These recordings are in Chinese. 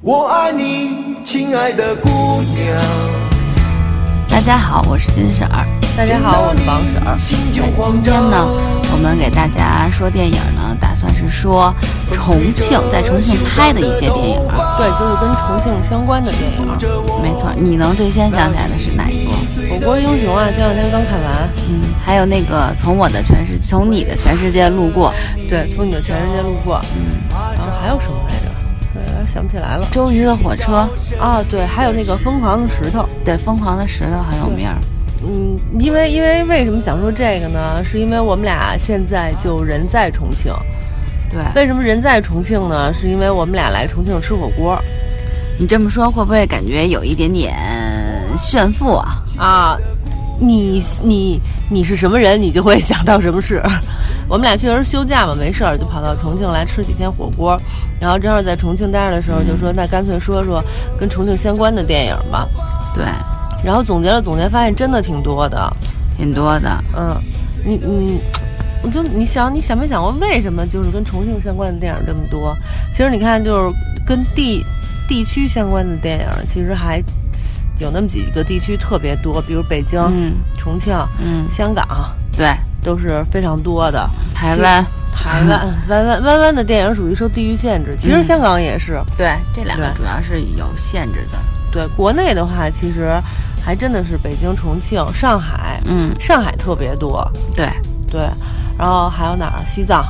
我爱你，亲爱的姑娘。大家好，我是金婶儿。大家好，我是王婶儿。心就今慌天张。呢，我们给大家说电影呢，打算是说重庆在重庆拍的一些电影。啊对，就是跟重庆相关的电影。没错，你能最先想起来的是哪一部？火锅英雄啊，前两天刚看完。嗯，还有那个从我的全世，从你的全世界路过，对，嗯从你的全世界路过。然后还有什么来着？呃，想不起来了。周瑜的火车，啊，对，还有那个疯狂的石头。对，疯狂的石头很有名儿。嗯，因为因为为什么想说这个呢？是因为我们俩现在就人在重庆。对，为什么人在重庆呢？是因为我们俩来重庆吃火锅你这么说会不会感觉有一点点炫富啊？啊。你你你是什么人，你就会想到什么事。 我们俩确实休假嘛，没事儿就跑到重庆来吃几天火锅，然后正好在重庆待着的时候，就说那干脆说说跟重庆相关的电影吧。对，然后总结了总结，发现真的挺多的。挺多的。嗯，你你，我就你想，你想没想过为什么就是跟重庆相关的电影这么多？其实你看，就是跟地地区相关的电影，其实还有那么几个地区特别多，比如北京、嗯重庆、嗯，香港对，都是非常多的。台湾，台湾 弯弯弯弯的电影属于受地域限制，其实嗯香港也是。对，这两个对主要是有限制的。对，国内的话，其实还真的是北京、重庆、上海，嗯，上海特别多。对，对，然后还有哪儿？西藏。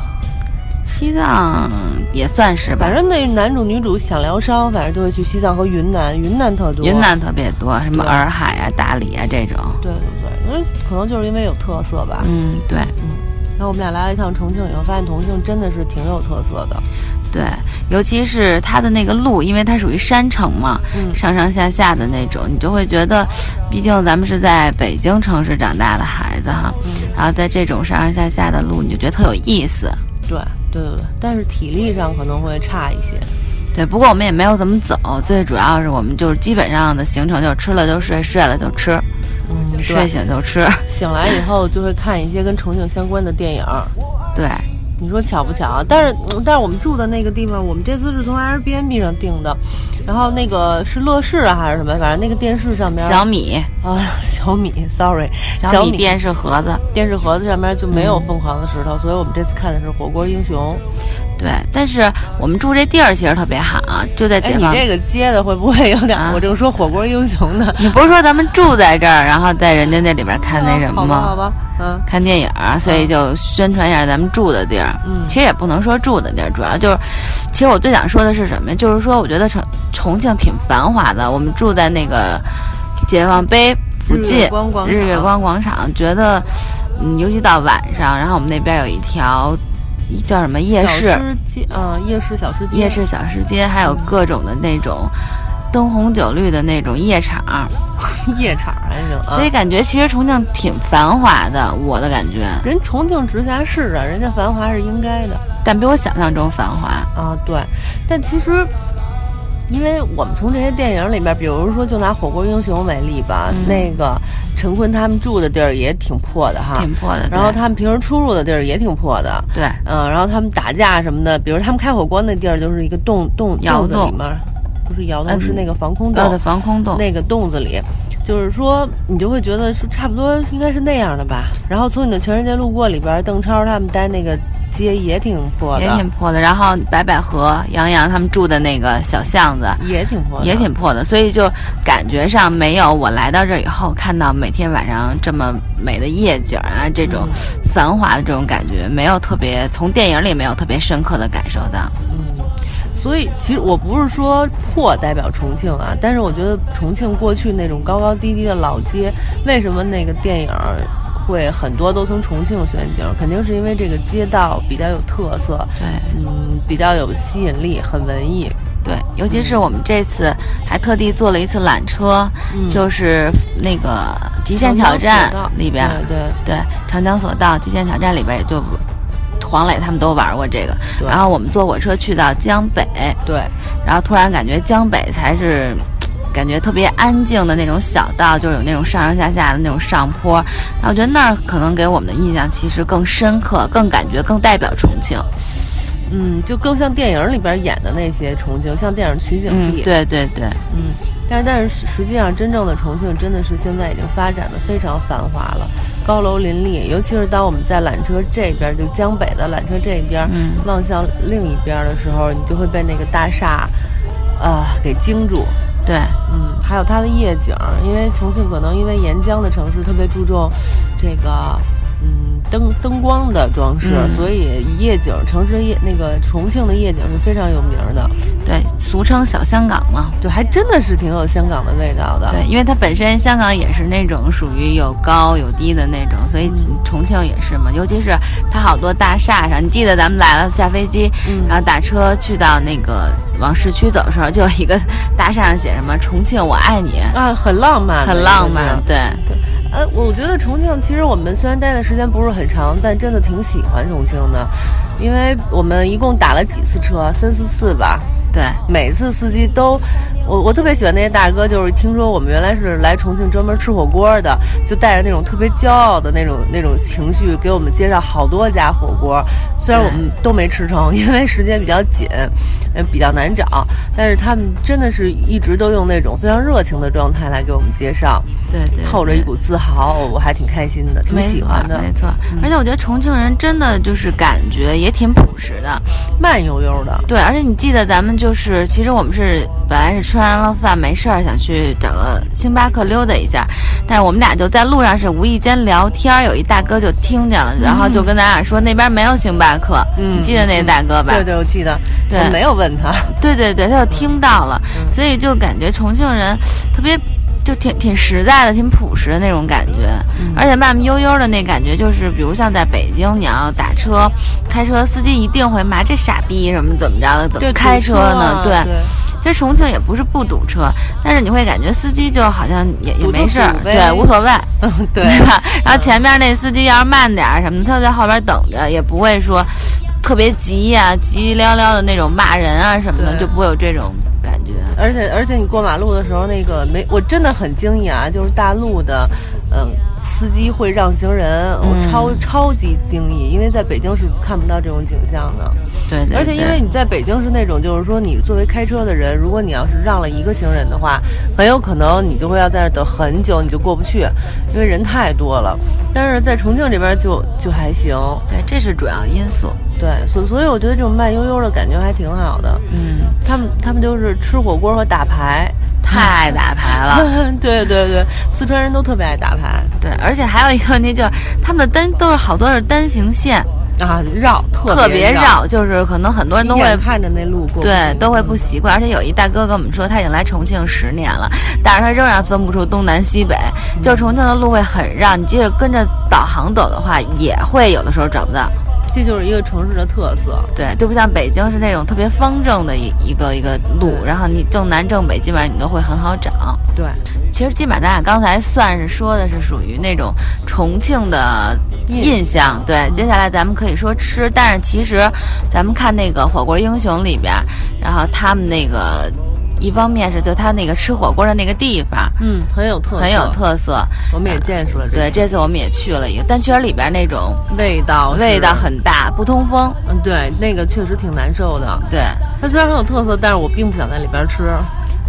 西藏也算是吧反，正那男主女主想疗伤，反正就会去西藏和云南，云南特多。云南特别多，什么对洱海啊、大理啊这种。对对对，因为可能就是因为有特色吧。嗯，对然后我们俩来了一趟重庆以后，发现重庆真的是挺有特色的。对，尤其是它的那个路，因为它属于山城嘛，嗯上上下下的那种，你就会觉得，毕竟咱们是在北京城市长大的孩子哈，嗯然后在这种上上下下的路，你就觉得特有意思。对对对对，但是体力上可能会差一些。对，不过我们也没有怎么走，最主要是我们就是基本上的行程就是吃了就睡，睡了就吃，嗯，睡对。醒就吃。醒来以后就会看一些跟重庆相关的电影。对，你说巧不巧？但是嗯但是我们住的那个地方，我们这次是从 Airbnb 上订的，然后那个是乐视啊还是什么，反正那个电视上面小米，啊小米，sorry，小米电视盒子。电视盒子上面就没有疯狂的石头，所以我们这次看的是《火锅英雄嗯对，但是我们住这地儿其实特别好，就在》。哎，解你放。这个接的会不会有点？啊我正说《火锅英雄》呢。 你不是说咱们住在这儿，然后在人家那里边看那什么哦 好吧，吗？好吧，嗯，看电影儿，所以就宣传一下咱们住的地儿。嗯其实也不能说住的地儿，主要就是，其实我最想说的是什么呀？就是说，我觉得重重庆挺繁华的。我们住在那个解放碑附日近月，光广场日月光广场，觉得，嗯，尤其到晚上，然后我们那边有一条一叫什么夜市，小吃街，嗯，夜市小吃街，夜市小吃街，还有各种的那种灯红酒绿的那种夜场， 夜场还行啊所以。感觉其实重庆挺繁华的，我的感觉，人重庆直辖市啊，人家繁华是应该的但比我想象中繁华。啊，对。但其实，因为我们从这些电影里面，比如说就拿《火锅英雄》为例吧，嗯那个陈坤他们住的地儿也挺破的哈，挺破的，嗯然后对他们平时出入的地儿也挺破的，对嗯，然后他们打架什么的，比如他们开火锅那地儿就是一个洞洞窑洞子洞里面儿，不是窑洞，嗯是那个防空到洞的，防空洞，那个洞子里，就是说你就会觉得是差不多应该是那样的吧。然后从你的全世界路过里边儿，邓超他们待那个街也挺破也的挺，破的。然后白百合、杨洋他们住的那个小巷子。也挺破的，也挺破的，所以就感觉上没有我来到这儿以后看到每天晚上这么美的夜景啊，这种嗯繁华的这种感觉，没有特别从电影里没有特别深刻的感受到。嗯。所以其实我不是说破代表重庆啊，但是我觉得重庆过去那种高高低低的老街，为什么那个电影儿会很多都从重庆选景？肯定是因为这个街道比较有特色，对，嗯，比较有吸引力，很文艺。对，尤其是我们这次还特地坐了一次缆车，嗯就是那个《极限挑战》里边，对对对《长江索道》《极限挑战》里边也就黄磊他们都玩过这个。对然后我们坐火车去到江北，对，然后突然感觉江北才是。感觉特别安静的那种小道，就是有那种上上下下的那种上坡，然后我觉得那儿可能给我们的印象其实更深刻，更感觉更代表重庆。嗯，就更像电影里边演的那些重庆，像电影取景嗯，地。，对对对，嗯，但是但是实实际上，真正的重庆真的是现在已经发展的非常繁华了，高楼林立。尤其是当我们在缆车这边，就江北的缆车这边，嗯望向另一边的时候，你就会被那个大厦，啊、给惊住。对，嗯，还有它的夜景儿，因为重庆可能因为沿江的城市特别注重这个嗯灯灯光的装饰，嗯所以夜景儿城市夜那个重庆的夜景是非常有名儿的，对，俗称小香港嘛。对，还真的是挺有香港的味道的。对，因为它本身香港也是那种属于有高有低的那种，所以嗯重庆也是嘛。尤其是它好多大厦上，你记得咱们来了下飞机，嗯然后打车去到那个往市区走的时候，就有一个大厦上写什么“重庆我爱你啊，很浪”，漫，很浪漫。。对，呃，我觉得重庆其实我们虽然待的时间不是很长，但真的挺喜欢重庆的，因为我们一共打了几次车，三四次吧。对，每次司机都，我我特别喜欢那些大哥，就是听说我们原来是来重庆专门吃火锅的，就带着那种特别骄傲的那种那种情绪，给我们介绍好多家火锅。虽然我们都没吃成， 因为时间比较紧，呃比较难找，但是他们真的是一直都用那种非常热情的状态来给我们介绍，对对，透着对一股自豪，我还挺开心的，挺没喜错欢的，嗯没错。而且我觉得重庆人真的就是感觉也挺朴实的，慢悠悠的。对，而且你记得咱们就是，其实我们是本来是吃完了饭没事儿想去找个星巴克溜达一下，但是我们俩就在路上是无意间聊天儿，有一大哥就听见了，然后就跟咱俩说那边没有星巴克，嗯你记得那个大哥吧？对对，我记得，对我没有问他，对对对，他就听到了，嗯所以就感觉重庆人特别就挺挺实在的，挺朴实的那种感觉，嗯而且慢慢悠悠的那感觉，就是比如像在北京，你要打车、开车，司机一定会骂这傻逼什么怎么着的，就 等开车呢，堵啊对。其实重庆也不是不堵车，但是你会感觉司机就好像也也堵就没事儿堵，呗对，无 所谓，嗯，对，对吧？然后前面那司机要是慢点儿什么的，他就在后边等着，也不会说特别急呀、急撩撩的那种骂人啊什么的，对就不会有这种感觉。而且而且你过马路的时候，那个没，我真的很惊讶，就是大陆的，呃，司机会让行人，我超、超级惊异，因为在北京是看不到这种景象的。对对对，而且因为你在北京是那种，就是说你作为开车的人，如果你要是让了一个行人的话，很有可能你就会要在那儿等很久，你就过不去，因为人太多了。但是在重庆这边就就还行，对这是主要因素。对，所所以我觉得这种慢悠悠的感觉还挺好的。嗯，他们他们就是吃火锅和打牌。太打牌 了。对对对，四川人都特别爱打牌对，而且还有一个问题就是，他们的单都是好多是单行线，啊，绕特特别别绕，就是可能很多人都一会眼看着那路过，嗯对，都会不习惯。而且有一大哥跟我们说，他已经来重庆十年了，但是他仍然分不出东南西北。就重庆的路会很绕，你即使跟着导航走的话，也会有的时候找不到。这就是一个城市的特色。对，就不像北京是那种特别方正的一一个一个路，对然后你正南正北，基本上你都会很好找。对，其实基本上咱俩刚才算是说的是属于那种重庆的印印象，对。接下来咱们可以说吃，但是其实咱们看那个《火锅英雄》里边，然后他们那个一方面是就他那个吃火锅的那个地方嗯，很有特色，很有，特色，我们也见识了对。这这次我们也去了一个，但确实里边那种味道味道，很大，不通风，嗯，对，那个确实挺难受的。对。它虽然很有特色，但是我并不想在里边吃。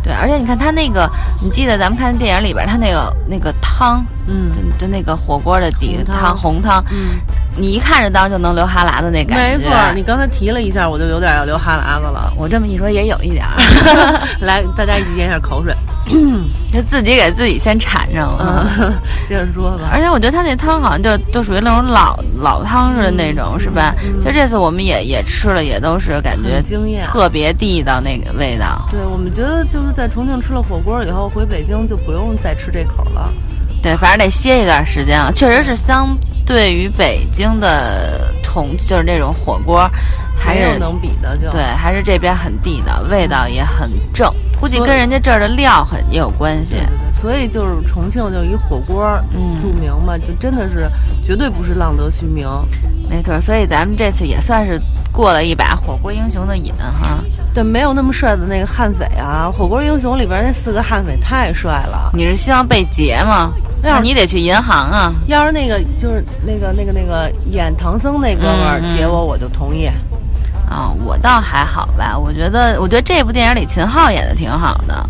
对，而且你看他那个，你记得咱们看电影里边他那个那个汤，嗯就就那个火锅的底红汤汤红汤，嗯，你一看着当时就能流哈喇子那没感觉。错，你刚才提了一下，我就有点要流哈喇子了。我这么一说也有一点儿， 来，大家一起咽一下口水。就自己给自己先缠上了。嗯，接着说 吧。而且我觉得他那汤好像就就属于那种老老汤似的那嗯种，是吧？就这次我们也也吃了，也都是感觉很惊艳特别地道那个味道。对，我们觉得就是在重庆吃了火锅以后，回北京就不用再吃这口了。对，反正得歇一段时间了。确实是相对于北京的重，就是那种火锅，还没有是能比的就对，还是这边很地道，味道也很正，估计所以跟人家这儿的料很也有关系对。对对，所以就是重庆就以火锅嗯著名嘛，就真的是绝对不是浪得虚名。没错，所以咱们这次也算是过了一把火锅英雄的瘾哈。对，没有那么帅的那个悍匪啊，《火锅英雄》里边那四个悍匪太帅了。你是希望被劫吗？那那你得去银行啊。要是那个就是那个那个那个演唐僧那哥们儿嗯嗯劫我，我就同意。啊、倒还好吧，我觉得，我觉得这部电影里秦昊演的挺好的。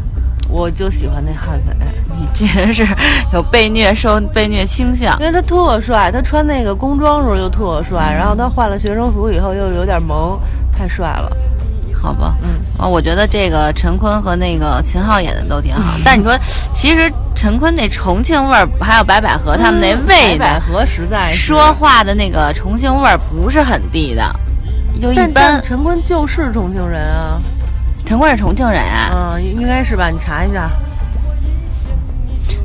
我就喜欢那悍匪，你竟然是有被虐受 被虐倾向因，为他特帅，他穿那个工装时候就特帅，然后他换了学生服以后又有点萌，太帅了。好吧？嗯，啊，我觉得这个陈坤和那个秦昊演的都挺 好，但你说，其实陈坤那重庆味儿，还有白百哦合他们那味嗯白百道，合实在是说话的那个重庆味儿不是很地道，就一但但般。陈坤就是重庆人啊，陈坤是重庆人啊，嗯，应应该是吧？你查一查。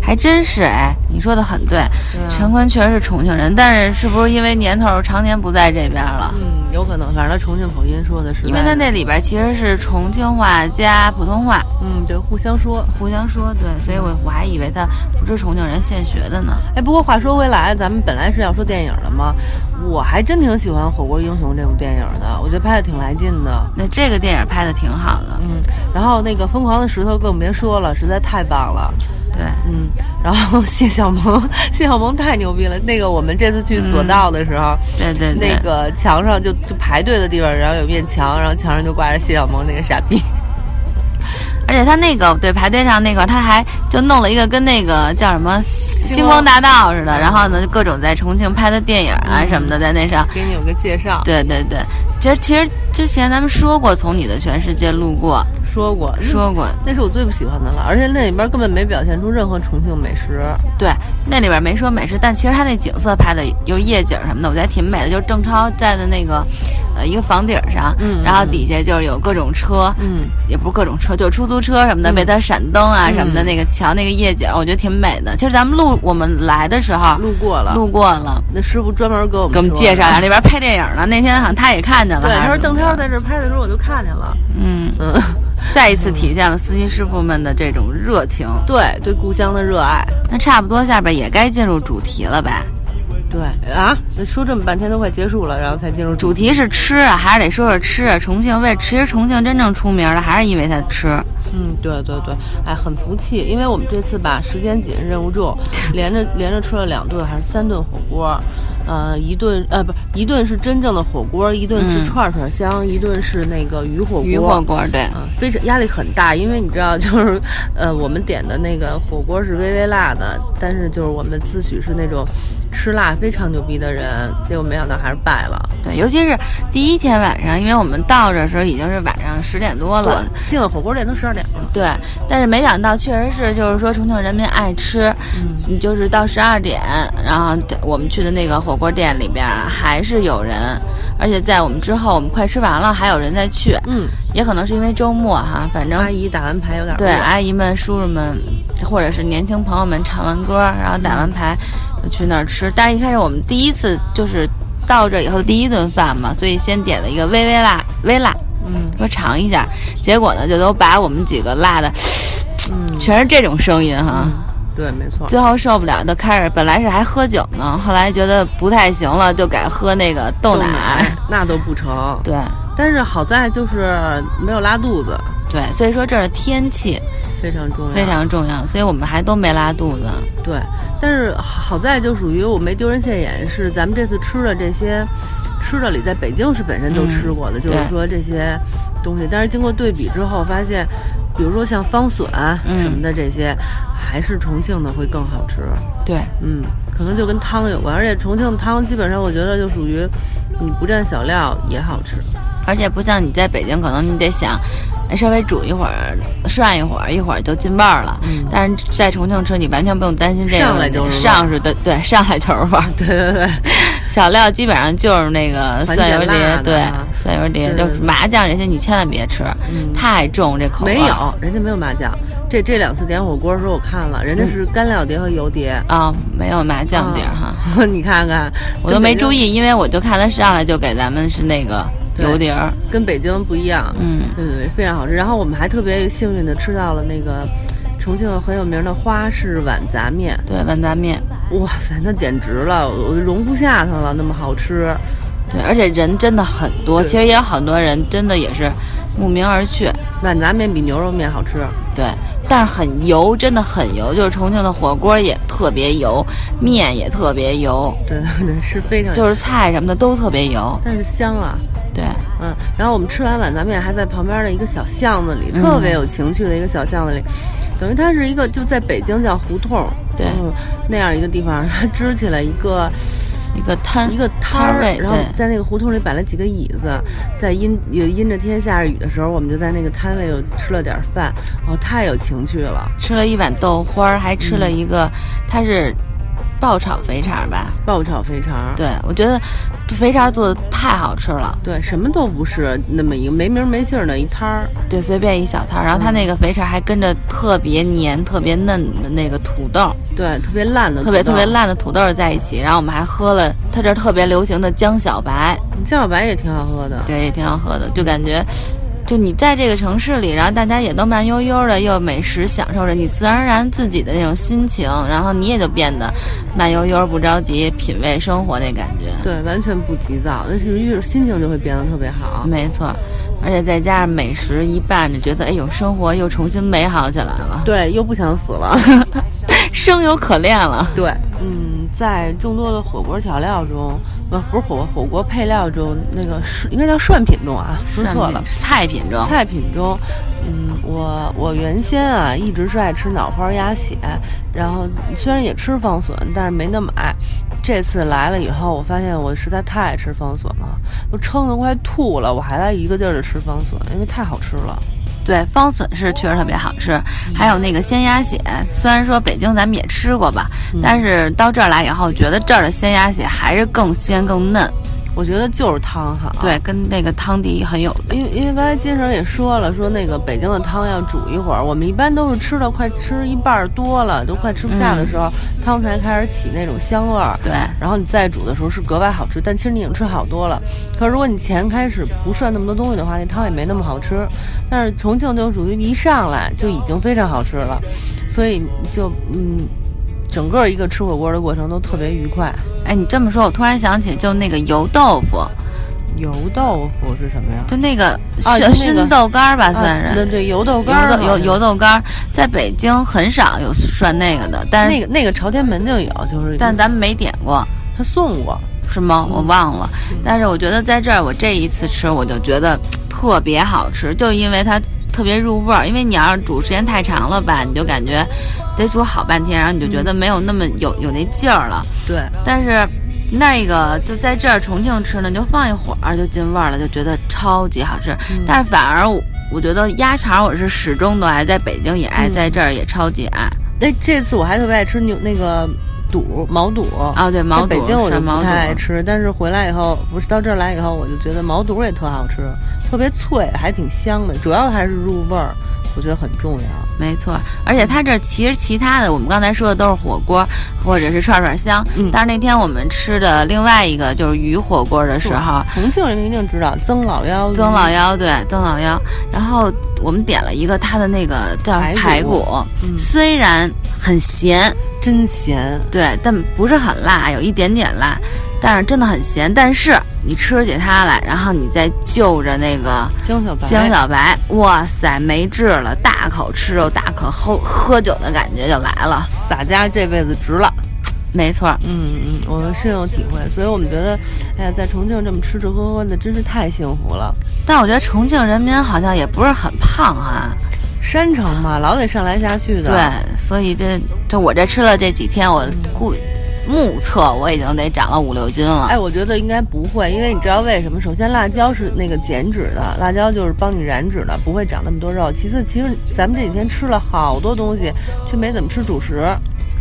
还真是哎，你说的很对，对啊陈坤确实是重庆人，但是是不是因为年头儿常年不在这边了？嗯，有可能，反正他重庆口音说的是，因为他那里边儿其实是重庆话加普通话嗯，对，互相说。互相说，对，嗯所以我我还以为他不是重庆人现学的呢。哎，不过话说回来，咱们本来是要说电影的嘛，我还真挺喜欢《火锅英雄》这部电影的，我觉得拍的挺来劲的。那这个电影拍的挺好的，嗯，然后那个《疯狂的石头》更别说了，实在太棒了。对，嗯，然后谢小萌，谢小萌太牛逼了。那个我们这次去索道的时候，对对对，那个墙上就就排队的地方，然后有面墙，然后墙上就挂着谢小萌那个 傻逼。而且他那个对排队上那个，他还就弄了一个跟那个叫什么星光光大道似的，然后呢各种在重庆拍的电影啊嗯什么的在那上，给你有个介绍，对对对，其实其实之前咱们说过，从你的全世界路过说过说过，那是我最不喜欢的了，而且那里边根本没表现出任何重庆美食。对，那里边没说美食，但其实它那景色拍的，就是夜景什么的，我觉得还挺美的。就是邓超站在那个，呃，一个房顶上，嗯然后底下就是有各种车，嗯，也不是各种车，就是出租车什么的，嗯被它闪灯啊什么的，嗯那个桥那个夜景，我觉得挺美的。其实咱们路我们来的时候路过了，路过了，那师傅专门给我们给我们说介绍一的下那嗯边拍电影呢。那天好像他也看见了，对，还他是什么说邓超在这拍的时候我就看见了，嗯， 嗯，再一次体现了司机师傅们的这种热情。对对故乡的热爱，那差不多下边也该进入主题了吧？对啊，那说这么半天都快结束了，然后才进入主主题，题是吃啊，还是得说说吃啊。重庆为其实重庆真正出名的还是因为它吃。嗯，对对对，哎，很服气，因为我们这次吧时间紧任务重，连着连着吃了两顿还是三顿火锅。呃，一顿呃不，一顿是真正的火锅，一顿是嗯串串香，一顿是那个鱼火锅。鱼火锅对，啊，非常压力很大，因为你知道，就是呃，我们点的那个火锅是微微辣的，但是就是我们自诩是那种吃辣非常牛逼的人，结果没想到还是败了。对，尤其是第一天晚上，因为我们到这儿的时候已经是晚上十点多了。进了火锅店都十二点了。对，但是没想到，确实是就是说重庆人民爱吃，你就是到十二点，然后我们去的那个火锅店里边儿还是有人，而且在我们之后，我们快吃完了还有人再去，嗯，也可能是因为周末哈，反正阿姨打完牌有点对，哎饿阿姨们、叔叔们，或者是年轻朋友们唱完歌，然后打完牌，就去那儿吃。但是一开始我们第一次就是到这以后第一顿饭嘛，所以先点了一个微微辣微辣，嗯说尝一下。结果呢，就都把我们几个辣的嗯，全是这种声音哈。对，没错。最后受不了，就开始本来是还喝酒呢，后来觉得不太行了，就改喝那个豆奶。 那都不成，对但是好在就是没有拉肚子，对，所以说这是天气非常重要，非常重要，所以我们还都没拉肚子。对，但是好在就属于我没丢人现眼，是咱们这次吃的这些吃的里，在北京是本身就吃过的，就是嗯对说这些东西。但是经过对比之后，发现，比如说像方笋嗯什么的这些，还是重庆的会更好吃。对，嗯，可能就跟汤有关，而且重庆的汤基本上我觉得就属于你不蘸小料也好吃。而且不像你在北京，可能你得想，哎稍微煮一会儿，涮一会儿，一会儿就进味儿了。嗯但是在重庆吃，你完全不用担心这个上来问题就是味儿上是对对，上来就是味儿。对对对，小料基本上就是那个团蒜结油辣的碟，对啊，蒜油碟对就对是麻酱这些，你千万别吃，嗯太重这口味。没有，人家没有麻酱。这这两次点火锅的时候我看了，人家是干料碟和油碟。 啊、没有麻酱啊碟儿哈，哈，你看看，我都没注意。意，因为我就看他上来就给咱们是那个对油碟儿，跟北京不一样，嗯，对对对，非常好吃。然后我们还特别幸运的吃到了那个重庆很有名的花式碗杂面，对，豌杂面，哇塞，那简直了，我我容不下它了，那么好吃。对，而且人真的很多，对其实也有很多人真的也是慕名而去，碗杂面比牛肉面好吃，对，但是很油，真的很油，就是重庆的火锅也特别油，面也特别油，对对对，是非常，就是菜什么的都特别油，但是香啊，对，嗯，然后我们吃完晚餐面还在旁边的一个小巷子嗯里，特别有情趣的一个小巷子里，等于它是一个就在北京叫胡同，对嗯那样一个地方，它支起来一个一个摊一个嗯摊摊儿，位，然后对，在那个胡同里摆了几个椅子，在阴也阴着天下着雨的时候，我们就在那个摊位又吃了点饭，哦，太有情趣了，吃了一碗豆花儿，还吃嗯了一个，它是爆炒肥肠吧？爆炒肥肠，对，我觉得肥肠做的太好吃了。对，什么都不是那么一个没名没姓儿的一摊儿，对，随便一小摊儿，然后嗯它那个肥肠还跟着特别黏、特别嫩的那个土豆，对，特别烂的，特别特别。烂的土豆在一起。然后我们还喝了它这儿特别流行的江小白，酱小白也挺好喝的，对，也挺好喝的，就感觉。就你在这个城市里，然后大家也都慢悠悠的，又美食享受着，你自然而然自己的那种心情，然后你也就变得慢悠悠、不着急，品味生活那感觉。对，完全不急躁，那其实越心情就会变得特别好。没错，而且再加上美食一拌，就觉得哎呦，生活又重新美好起来了，对，又不想死了。生有可恋了。对，嗯，在众多的火锅调料中，不不是火锅火锅配料中，那个是应该叫涮品中啊，说错了， 菜品中，菜品中，嗯，我我原先啊一直是爱吃脑花鸭血，然后虽然也吃放笋，但是没那么爱。这次来了以后，我发现我实在太爱吃放笋了，都撑得快吐了，我还在一个劲儿的吃放笋，因为太好吃了。对方笋是确实特别好吃，还有那个鲜鸭血，虽然说北京咱们也吃过吧，嗯但是到这儿来以后，觉得这儿的鲜鸭血还是更鲜更嫩，我觉得就是汤啊好，对，跟那个汤底很有。因为因为刚才金婶也说了，说那个北京的汤要煮一会儿，我们一般都是吃到快吃一半儿多了，都快吃不下的时候，汤才开始起那种香味儿。嗯对然后你再煮的时候是格外好吃，但其实你已经吃好多了。可是如果你前开始不涮那么多东西的话，那汤也没那么好吃。但是重庆就属于一上来就已经非常好吃了，所以就嗯，整个一个吃火锅的过程都特别愉快。哎，你这么说，我突然想起，就那个油豆腐，油豆腐是什么呀？就那个啊就那熏个熏豆干儿吧，算啊是对对，油豆干油豆儿好油像油豆干儿，在北京很少有涮那个的，但是那个那个朝天门就有，就是但咱们没点过。他送过，是吗？我忘了，但是我觉得在这儿，我这一次吃，我就觉得特别好吃，就因为它特别入味儿。因为你要是煮时间太长了吧，你就感觉得煮好半天，然后你就觉得没有那么有有那劲儿了。对，但是那个就在这儿重庆吃呢，你就放一会儿就进味儿了，就觉得超级好吃。但是反而我我觉得鸭肠我是始终都爱在北京也爱，嗯在这儿也超级爱。那哎这次我还特别爱吃牛那个肚毛肚啊，啊，对，毛肚在北京我是就毛不肚太爱吃，但是回来以后，不是到这儿来以后，我就觉得毛肚也特好吃，特别脆，还挺香的，主要还是入味儿，我觉得很重要。没错，而且它这儿其实其他的，我们刚才说的都是火锅或者是串串香，嗯但是那天我们吃的另外一个就是鱼火锅的时候，重庆人一定知道曾老幺，曾老幺对曾老幺，然后我们点了一个它的那个叫排骨排骨，嗯虽然很咸，真咸，对，但不是很辣，有一点点辣，但是真的很咸。但是你吃起它来，然后你再就着那个江小白，江小白，嗯哇塞，没治了，大口吃肉，大口喝喝酒的感觉就来了。洒家这辈子值了。没错，嗯嗯，我们深有体会，所以我们觉得，哎呀，在重庆这么吃吃喝喝的，真是太幸福了。但我觉得重庆人民好像也不是很胖啊。山城嘛，老得上来下去的。对，所以这就我这吃了这几天，我估目测我已经得长了五六斤了。哎，我觉得应该不会，因为你知道为什么？首先，辣椒是那个减脂的，辣椒就是帮你燃脂的，不会长那么多肉。其次，其实咱们这几天吃了好多东西，却没怎么吃 主食。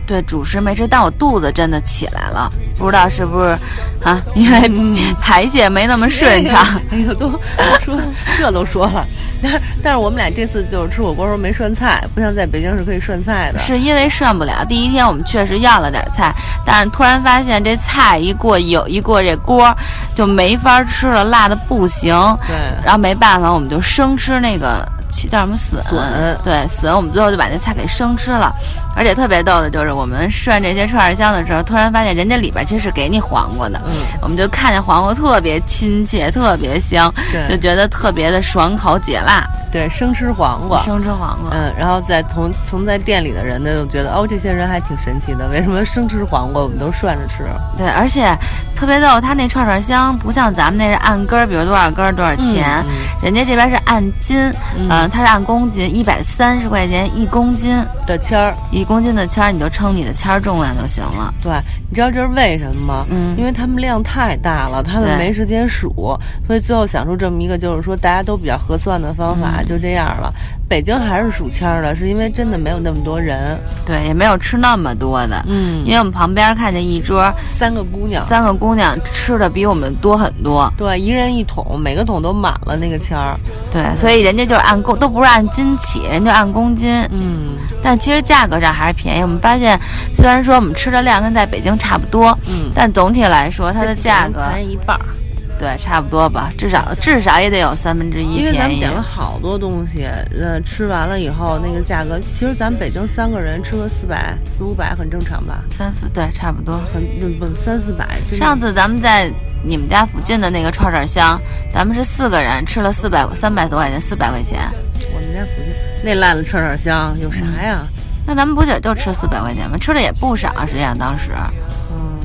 对，主食没吃，但我肚子真的起来了，不知道是不是啊？因为 排泄没那么顺畅。哎呦，都都说 这都说了，但是但是我们俩这次就是吃火锅时候没涮菜，不像在北京是可以涮菜的。 是因为涮不了。第一天我们确实要了点菜，但是突然发现这菜一过油一过这锅就没法吃了，辣的不行。对，然后没办法，我们就生吃那个其叫什么笋，笋对笋，我们最后就把那菜给生吃了。而且特别逗的就是，我们涮这些串串香的时候，突然发现人家里边其实是给你黄瓜的，嗯我们就看见黄瓜特别亲切，特别香， 对就觉得特别的爽口解辣。对，生吃黄瓜。生吃黄瓜，嗯，然后在同从在店里的人呢，就觉得哦，这些人还挺神奇的，为什么生吃黄瓜我们都涮着吃？对，而且特别逗，他那串串香不像咱们那是按根儿，比如多少根儿多少钱，嗯人家这边是按斤，嗯呃，他是按公斤，一百三十块钱一公斤，的签儿，一公斤的签儿你就称你的签儿重量就行了。对，你知道这是为什么吗？嗯因为他们量太大了，他对们没时间数，所以最后想出这么一个，就是说大家都比较合算的方嗯法，就这样了。北京还是数签儿的，是因为真的没有那么多人。对，也没有吃那么多的，嗯因为我们旁边看见一桌三个姑娘，三个姑娘吃的比我们多很多，对，一人一桶，每个桶都满了那个签儿。对，所以人家就是按公，都不是按斤起，人家按公斤，嗯但其实价格上还是便宜。我们发现，虽然说我们吃的量跟在北京差不多，嗯，但总体来说它的价格便宜一半儿，对差不多吧，至少至少也得有三分之一因为咱便们宜点。了好多东西，呃，吃完了以后那个价格，其实咱们北京三个人吃个四百四五百很正常吧？三四对，差不多。很不三四百，真的上次咱们在你们家附近的那个串串香，咱们是四个人吃了四百三百多块钱，四百块钱。我们家附近那烂了串串香有啥呀？那咱们不也就吃四百块钱吗？吃的也不少，实际上当时。嗯，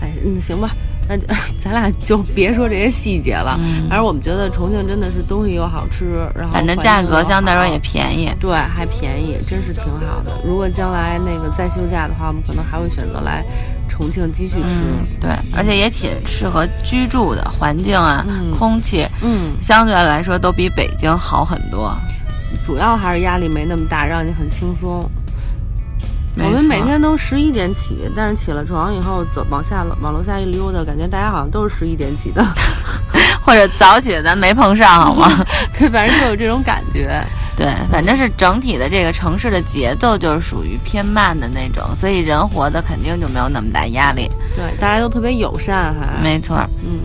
哎，嗯，行吧，那就 咱俩就别说这些细节了。而我们觉得重庆真的是东西又好吃，然嗯后反正环境价格又相对来说也好便宜。对，还便宜，真是挺好的。如果将来那个再休假的话，我们可能还会选择来重庆继续吃。嗯，对，而且也挺适合居住的，环境啊，嗯空气嗯，相对来说都比北京好很多。主要还是压力没那么大，让你很轻松。我没们错每天都十一点起，但是起了床以后走往下往楼下一溜达，感觉大家好像都是十一点起 的。或者早起的咱没碰上好吗？ 对，反正就有这种感觉。对，反正是整体的这个城市的节奏就是属于偏慢的那种，所以人活的肯定就没有那么大压力。对，大家都特别友善，还没错，嗯，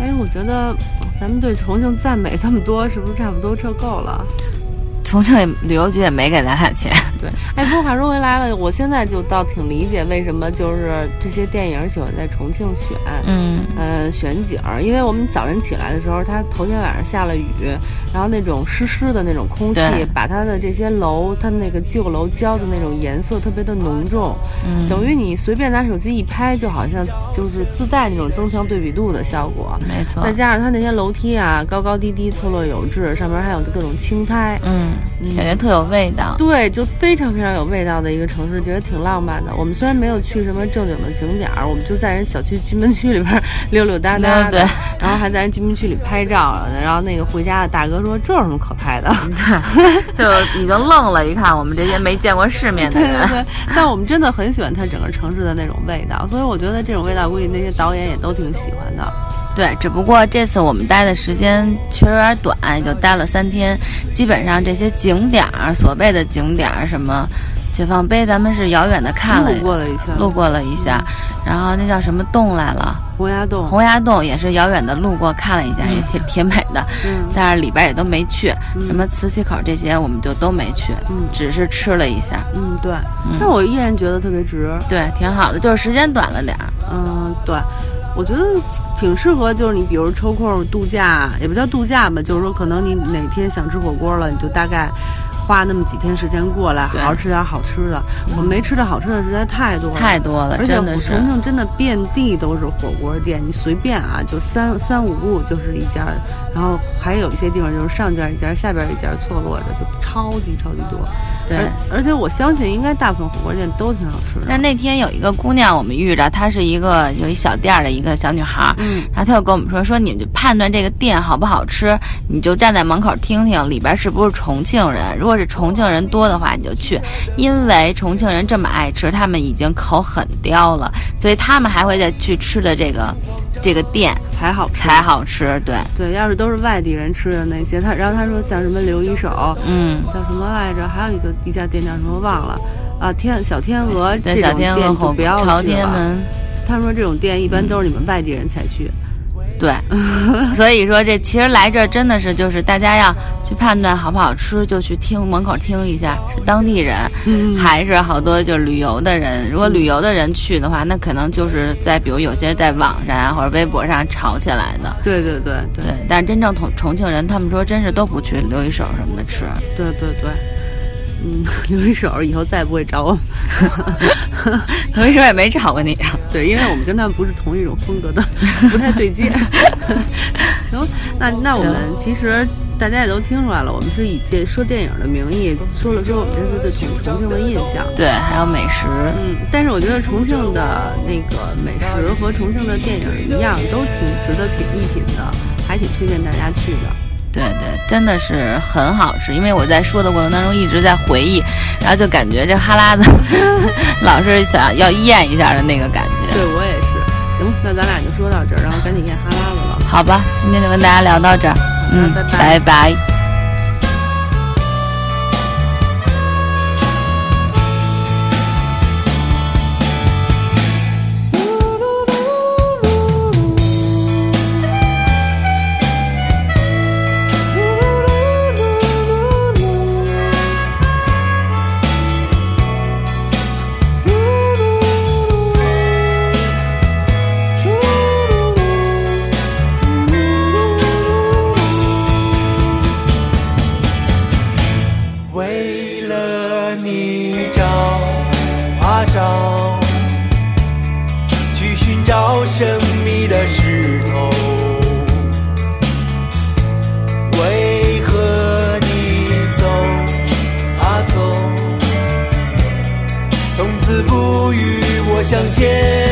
哎，我觉得咱们对重庆赞美这么多，是不是差不多这够了？重庆也旅游局也没给咱俩钱。对，哎，不过话说回来了，我现在就倒挺理解为什么就是这些电影喜欢在重庆选。嗯，呃，选景儿，因为我们早晨起来的时候，它头天晚上下了雨，然后那种湿湿的那种空气对，把它的这些楼，它那个旧楼浇的那种颜色特别的浓重，嗯 等于你随便拿手机一拍，就好像就是自带那种增强对比度的效果。没错再。加上它那些楼梯啊，高高低低，错落有致，上面还有各种青苔，嗯，感觉特有味道。对，就非常非常有味道的一个城市，觉得挺浪漫的。我们虽然没有去什么正经的景点儿，我们就在人小区居民区里边儿溜溜达达的， 对对然后还在人居民区里拍照了呢。然后那个回家的大哥说：“这有什么可拍的？” 就已经愣了，一看我们这些没见过世面的对对人。对，但我们真的很喜欢它整个城市的那种味道，所以我觉得这种味道估计那些导演也都挺喜欢的。 对，只不过这次我们待的时间确实有点短，也就待了三天。基本上这些景点儿，所谓的景点儿，什么解放碑，咱们是遥远的看了，路过了一圈，路过了一下，然后那叫什么洞来了，洪崖洞，洪崖洞也是遥远的路过看了一下，也挺挺美的，嗯但是里边也都没去，什么磁器口这些我们就都没去，嗯只是吃了一下，嗯，对。但我依然觉得特别值。对，挺好的，就是时间短了点儿，嗯，对，我觉得挺适合，就是你比如抽空度假，也不叫度假吧，就是说可能你哪天想吃火锅了，你就大概花那么几天时间过来，好对好吃点好吃的。我没吃的好吃的实在太多了。太多了，而且真重的是。庆真的遍地都是火锅店，你随便啊，就三三五步就是一家，然后还有一些地方就是上边一家，下边一家错落着，就超级超级多。对而而且我相信应该大部分火锅店都挺好吃的。但那天有一个姑娘，我们遇着，她是一个有一小店儿的一个小女孩， 嗯，然后她就跟我们说，说你们就判断这个店好不好吃，你就站在门口听听里边是不是重庆人，如果是重庆人多的话，你就去，因为重庆人这么爱吃，他们已经口很刁了，所以他们还会再去吃的这个这个店才好吃才好吃，对，对，要是都是外地人吃的那些，他然后他说像什么留一手，嗯。叫什么来着？还有一个一家店叫什么忘了啊？天小天鹅这对小种天店鹅就火不锅要朝去天了。门，他说这种店一般都是你们外地人才去， 对，所以说这其实来这儿真的是就是大家要去判断好不好吃，就去听门口听一下是当地人，嗯还是好多就是旅游的人。如果旅游的人去的话，那可能就是在比如有些在网上啊或者微博上炒起来的。对对对对对，但是真正重重庆人，他们说真是都不去留一手什么的 吃。对对对，嗯， 留一手，以后再也不会找我们。留一手也没炒过你。 啊对，因为我们跟他们不是同一种风格的，不太对接。 行，那那我们其实大家也都听出来了，我们是以介说电影的名义说了说我们这次对重重庆的印象。对，还有美食。嗯，但是我觉得重庆的那个美食和重庆的电影一样，都挺值得品一品的，还挺推荐大家去的。对对，真的是很好吃，因为我在说的过程当中一直在回忆，然后就感觉这哈喇子 老是想要咽一下的那个感觉。对我也是。行，那咱俩就说到这儿，然后赶紧咽哈喇子了。好吧，今天就跟大家聊到这儿，嗯，拜拜拜拜为了你找啊找，去寻找神秘的石头。为何你走啊走，从此不与我相见？